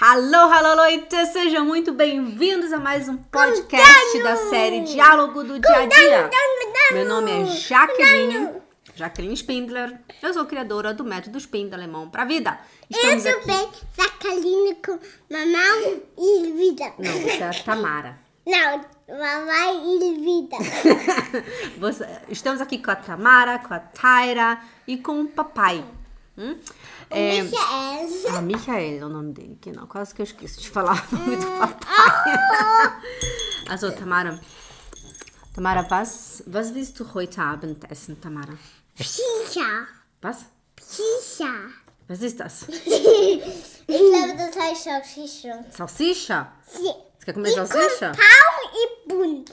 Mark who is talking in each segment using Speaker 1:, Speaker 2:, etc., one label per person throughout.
Speaker 1: Alô, alô, Leute! Sejam muito bem-vindos a mais um podcast da série Diálogo do Dia a Dia. Meu nome é Jaqueline, Jaqueline Spindler. Eu sou criadora do Método Spindler Alemão para a Vida. Estamos
Speaker 2: Eu
Speaker 1: aqui.
Speaker 2: também, sacalinho com mamão e vida.
Speaker 1: Não, você é a Tamara.
Speaker 2: Não, mamãe e vida.
Speaker 1: Você- Estamos aqui com a Tamara, com a Taira e com o papai. Hum? É,
Speaker 2: Deixa essa.
Speaker 1: Ah, Michael é o nome dele, que não, quase que eu esqueço de falar o nome do papai. Also, Tamara. Tamara, was, was willst du heute Abend essen, Tamara?
Speaker 2: Psicha.
Speaker 1: Was?
Speaker 2: Psicha.
Speaker 1: Was ist das?
Speaker 2: Eu lembro do sai salsichão.
Speaker 1: Salsicha?
Speaker 2: Sim.
Speaker 1: Você quer comer salsicha?
Speaker 2: Pão e bunda.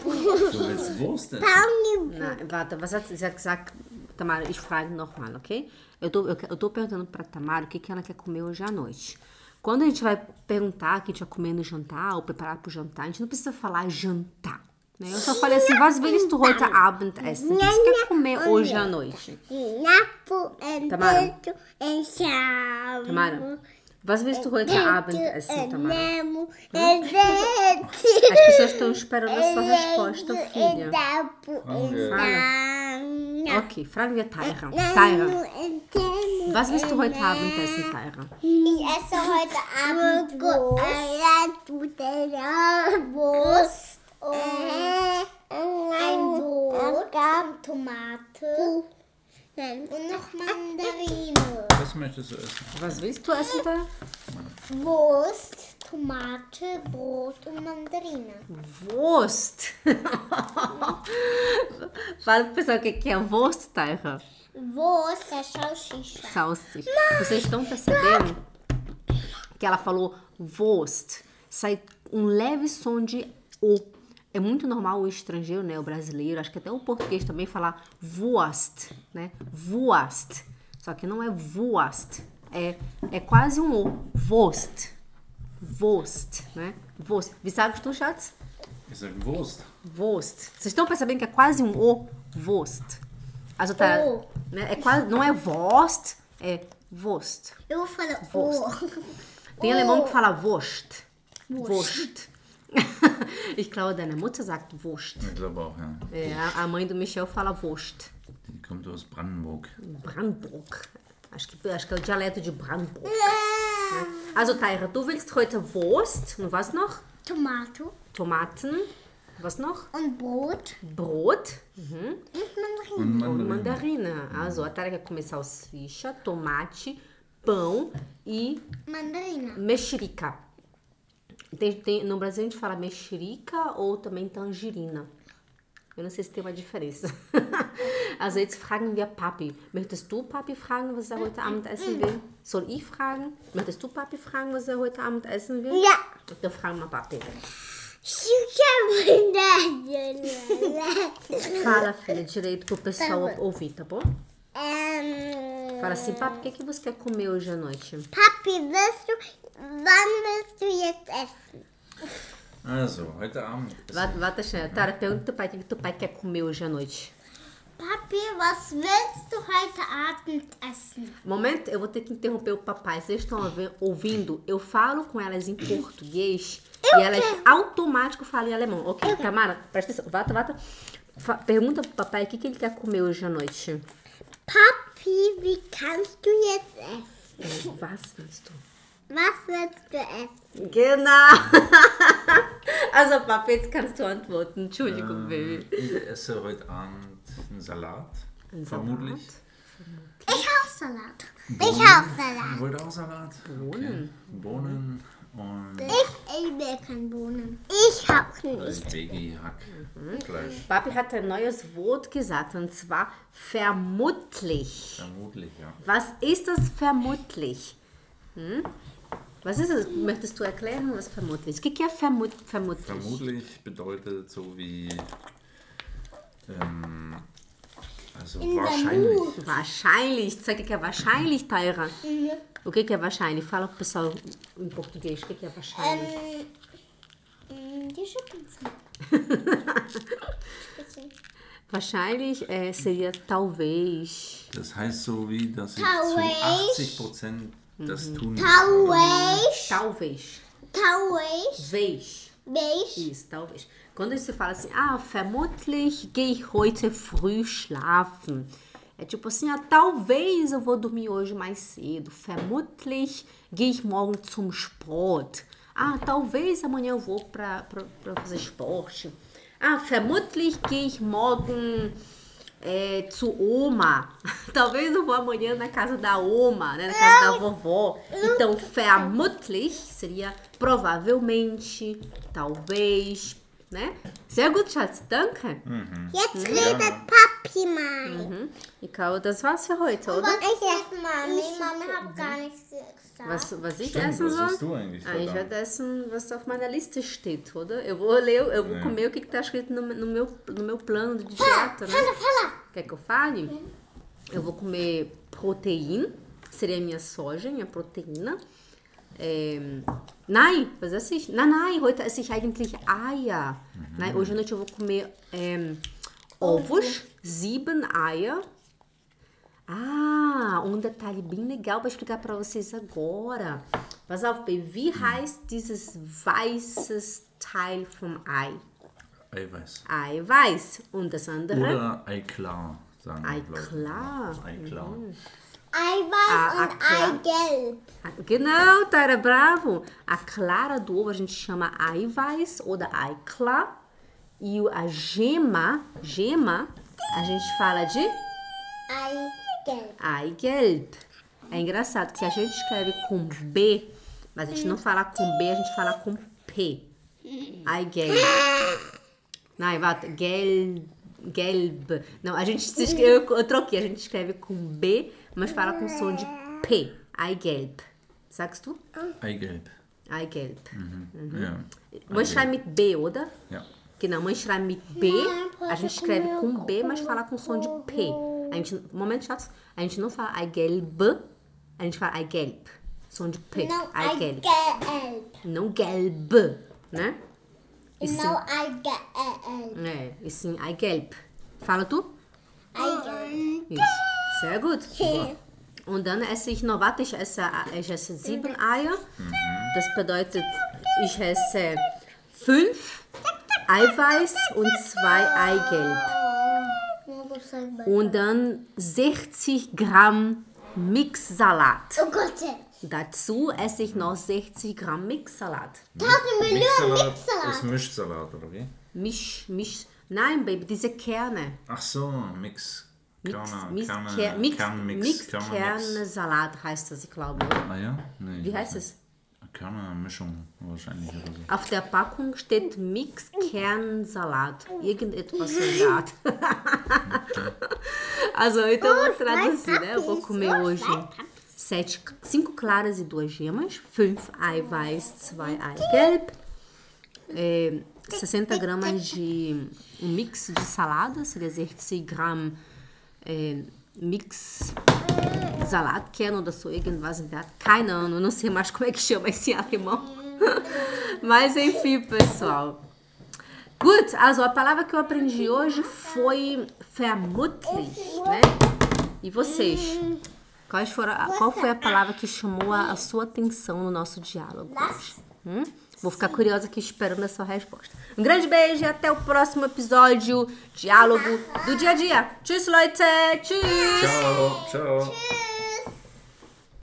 Speaker 3: Du willst Wurst essen?
Speaker 2: Pão e bunda.
Speaker 1: Nein, warte, was hat sie hat gesagt? Tamara, ich frage nochmal, ok? Eu tô, eu, que- eu tô perguntando pra Tamara o que, que ela quer comer hoje à noite. Quando a gente vai perguntar o que a gente vai comer no jantar ou preparar pro jantar, a gente não precisa falar jantar. Né? Eu só falei assim, was willst du heute Abend essen? O que você quer comer hoje à noite?
Speaker 2: Napo em
Speaker 1: Tamara.
Speaker 2: preto em chave.
Speaker 1: Tamara, was willst du heute Abend essen, Tamara?
Speaker 2: Nemo, é verde.
Speaker 1: As pessoas estão esperando a sua resposta, filha. Ok, Tá, frage wir Tyra. Tyra, was willst du heute Abend essen, Tyra?
Speaker 2: Ich esse heute Abend Wurst. Äh, Wurst und ein Brot. Tomate. äh, Nein, und noch Mandarine.
Speaker 3: Was möchtest du essen?
Speaker 1: Was willst du essen, Tyra?
Speaker 2: Wurst, Tomate, Brot und Mandarine.
Speaker 1: Wurst. Fala pro pessoal o que que é Wurst, Tyra.
Speaker 2: Wurst, é salsicha.
Speaker 1: Salsicha. Vocês estão percebendo que ela falou Wurst. Sai um leve som de O. É muito normal o estrangeiro, né? O brasileiro, acho que até o português também falar Wurst, né? Wurst. Só que não é Wurst. É, é quase um O. Wurst. Wurst, né? Wurst. Wie sagst du, Schatz?
Speaker 3: Ich sag Wurst.
Speaker 1: Wurst. Vocês estão percebendo que é quase um O? Wurst. As outras,
Speaker 2: O.
Speaker 1: né, é quase, não é Wurst, é Wurst.
Speaker 2: Eu falo
Speaker 1: Wurst.
Speaker 2: Wurst.
Speaker 1: Tem
Speaker 2: O.
Speaker 1: alemão que fala Wurst. Wurst. ich glaube, deine Mutter sagt Wurst.
Speaker 3: Ich glaube auch, ja.
Speaker 1: É, a, a mãe do Michel fala Wurst.
Speaker 3: Die kommt aus Brandenburg.
Speaker 1: Brandenburg. Acho que, acho que é o dialeto de Brandenburg. Also, Taira, du willst heute Wurst und was noch?
Speaker 2: Tomate
Speaker 1: Tomaten. Was noch?
Speaker 2: und Brot
Speaker 1: Brot. Mhm.
Speaker 2: und Mandarine.
Speaker 3: Und
Speaker 1: Ou
Speaker 3: Mandarinen.
Speaker 1: É mandarina. Azul. A Tara quer comer salsicha, tomate, pão e
Speaker 2: Mandarina.
Speaker 1: mexerica. Tem- tem- no Brasil a gente fala mexerica ou também tangerina. Eu não sei se tem uma diferença. also jetzt fragen wir Papi. Möchtest du Papi fragen, was er heute Abend essen will? Soll ich fragen? Möchtest du Papi fragen, was er heute Abend essen will?
Speaker 2: Ja.
Speaker 1: Dann fragen wir Papi.
Speaker 2: Chica Mandarina.
Speaker 1: Fala, filha, direito pro pessoal
Speaker 2: Tá bom.
Speaker 1: ouvir, tá bom?
Speaker 2: ähm,
Speaker 1: Fala assim, Papi, o que, que você quer comer hoje à noite?
Speaker 2: Papi, wirst du, wann wirst du jetzt essen?
Speaker 3: Also, heute Abend.
Speaker 1: Va- Vata Chanel, Tara, pergunta pro teu pai o que que teu pai quer comer hoje à noite.
Speaker 2: Papi, was willst du heute Abend essen?
Speaker 1: Momento, eu vou ter que interromper o papai. Vocês estão ouvi- ouvindo? Eu falo com elas em português e elas automático falam em alemão. Ok, Tamara, presta atenção. Vata, vata. Fa- Pergunta pro papai o que, que ele quer comer hoje à noite.
Speaker 2: Papi, wie kannst du jetzt essen?
Speaker 1: Was willst du?
Speaker 2: Was willst du essen?
Speaker 1: Genau. Also, Papa, jetzt kannst du antworten. Entschuldigung, Baby.
Speaker 3: Ich esse heute Abend einen Salat.
Speaker 1: Ein
Speaker 3: vermutlich.
Speaker 1: Salat?
Speaker 2: Ich auch Salat. Ich auch Salat.
Speaker 3: Ihr wollt auch Salat? Bohnen. Bohnen und
Speaker 2: Ich, ich will kein Bohnen. Ich auch nicht.
Speaker 3: ein Veggie-Hack. Mhm. Fleisch.
Speaker 1: Papi hat ein neues Wort gesagt und zwar vermutlich.
Speaker 3: Vermutlich, ja.
Speaker 1: Was ist das vermutlich? Hm? Was ist es? Möchtest du erklären, was vermutlich? O que, que é vermut, vermutlich?
Speaker 3: Vermutlich bedeutet so wie. Ähm, also
Speaker 2: In der
Speaker 3: wahrscheinlich.
Speaker 2: Mut.
Speaker 1: Wahrscheinlich. Sag o que que é wahrscheinlich, Taira. O que, que é wahrscheinlich? Fala pro pessoal em português. O que, que é wahrscheinlich?
Speaker 2: Ähm, mh, äh, die Schuppen. Schuppen.
Speaker 1: Wahrscheinlich eh, seria talvez.
Speaker 3: Das heißt so wie, dass ich
Speaker 2: Tauisch.
Speaker 3: zu 80% Das
Speaker 1: Mhm.
Speaker 3: tun
Speaker 2: Talvez.
Speaker 1: Talvez.
Speaker 2: Talvez.
Speaker 1: Vez.
Speaker 2: Beijo.
Speaker 1: Isso, talvez. Quando se fala assim, ah, vermutlich gehe ich heute früh schlafen. É tipo assim, ah, talvez eu vou dormir hoje mais cedo. Vermutlich gehe ich morgen zum Sport. Ah, talvez amanhã eu vou pra, pra, pra fazer esporte. Ah, vermutlich gehe ich morgen é, zu Oma. Talvez eu vou amanhã na casa da Oma, né? Na casa da vovó. Então, vermutlich seria provavelmente, talvez, né? Sehr gut, Schatz. Danke.
Speaker 3: Hum. Mhm.
Speaker 2: Jetzt redet Papi mal.
Speaker 1: Mhm. Ich glaube, das war's für heute, oder?
Speaker 2: Ich sag Mami, Mami hat gar nichts gesagt.
Speaker 1: Was, was ich
Speaker 3: Stimmt,
Speaker 1: essen
Speaker 3: was
Speaker 1: soll?
Speaker 3: hast du eigentlich
Speaker 1: Ah, ich
Speaker 3: verdammt?
Speaker 1: werde essen, was auf meiner Liste steht, oder? Eu vou ler, eu vou comer o que, que tá escrito no, no meu, no meu plano de dieta, né?
Speaker 2: Fala, fala.
Speaker 1: Quer que eu fale? Eu vou comer proteína, seria a minha soja, minha proteína. Ähm, nein, was esse ich? Nein, nein, heute esse ich eigentlich Eier. Nein, hoje à noite eu vou comer ähm, ovos, sieben Eier. Ah, um detalhe bem legal para explicar para vocês agora. Pass auf, Baby, wie heißt dieses weißes Teil vom Ei?
Speaker 3: Eiweiß.
Speaker 1: Eiweiß. Und um das andere?
Speaker 3: Oder Eiklar, sagen wir, glaub ich.
Speaker 1: Eiklar. Mhm.
Speaker 3: Eiklar.
Speaker 1: Ah,
Speaker 2: Eiweiß
Speaker 1: klar.
Speaker 2: und Eigelb.
Speaker 1: Ah, Genau, Tara Bravo. A clara do ovo a gente chama Eiweiß oder Eiklar. E o- a gema, gema, a gente fala de
Speaker 2: Eigelb.
Speaker 1: Eigelb. É engraçado, que a gente escreve com B, mas a gente não fala com B, a gente fala com P. Eigelb. Não, warte, gelb, gelb. Não, a gente se escreve, eu, eu troquei, a gente escreve com B, mas fala com som de P. Eigelb. Sagst du?
Speaker 3: Eigelb. Mhm.
Speaker 1: Eigelb.
Speaker 3: Uhum.
Speaker 1: Mhm.
Speaker 3: Ja.
Speaker 1: Man schreibt mit B, oder?
Speaker 3: ja.
Speaker 1: Que não, mãe schreibt mit B,
Speaker 2: Não, pode
Speaker 1: a gente escreve
Speaker 2: comer
Speaker 1: com B, mas fala com som de P. A gente, um momento chato, a gente não fala Eigelb, a gente fala Eigelb. Som de P.
Speaker 2: Não
Speaker 1: Eigelb.
Speaker 2: Eigelb.
Speaker 1: Não Gelb, né? E sim,
Speaker 2: Não Eigelb.
Speaker 1: é, e sim Eigelb. Fala tu?
Speaker 2: Eigelb.
Speaker 1: Isso. Sehr gut. Und dann esse ich noch, warte, ich esse, äh, ich esse sieben Eier. Das bedeutet, ich esse fünf Eiweiß und zwei Eigelb.
Speaker 2: Não vou saber.
Speaker 1: Und dann 60 Gramm Mixsalat.
Speaker 2: Oh Gott,
Speaker 1: Dazu esse ich noch 60 Gramm Mixsalat.
Speaker 2: tausend Millionen
Speaker 3: ist
Speaker 2: Mixer.
Speaker 3: Mischsalat, oder wie?
Speaker 1: Misch, misch. Nein, Baby, diese Kerne.
Speaker 3: Ach so, Mix.
Speaker 1: Mix,
Speaker 3: Körner,
Speaker 1: Mix,
Speaker 3: Körner,
Speaker 1: Ker, Mix,
Speaker 3: Kernmix,
Speaker 1: Mix,
Speaker 3: Körnermix.
Speaker 1: Kerne Salat heißt das, ich glaube. oder?
Speaker 3: Ah ja? Nee, ich
Speaker 1: Wie
Speaker 3: weiß
Speaker 1: heißt
Speaker 3: nicht.
Speaker 1: es?
Speaker 3: Körnermischung wahrscheinlich oder so.
Speaker 1: Auf der Packung steht Mix Kernsalat. Irgendetwas in der Art. also, então eu vou traduzir, né? Eu vou comer hoje sete, cinco claras e duas gemas, fünf Eiweiß, zwei Eigelb, é, 60 gramas de um mix de salada, seria 60 gram é, mix Salat, Kern oder so irgendwas in der Art. Keine Ahnung, não sei mais como é que chama esse alemão. Mas enfim, pessoal. Gut, also a palavra que eu aprendi hoje foi vermutlich, né? E vocês? Quais foram, a- qual foi a palavra que chamou a, a sua atenção no nosso diálogo?
Speaker 2: Lass.
Speaker 1: Hum? Vou ficar curiosa aqui esperando a sua resposta. Um grande beijo e até o próximo episódio Diálogo do Dia a Dia. Tschüss, Leute! Tschüss!
Speaker 3: Ciao, ciao.
Speaker 2: Tschüss.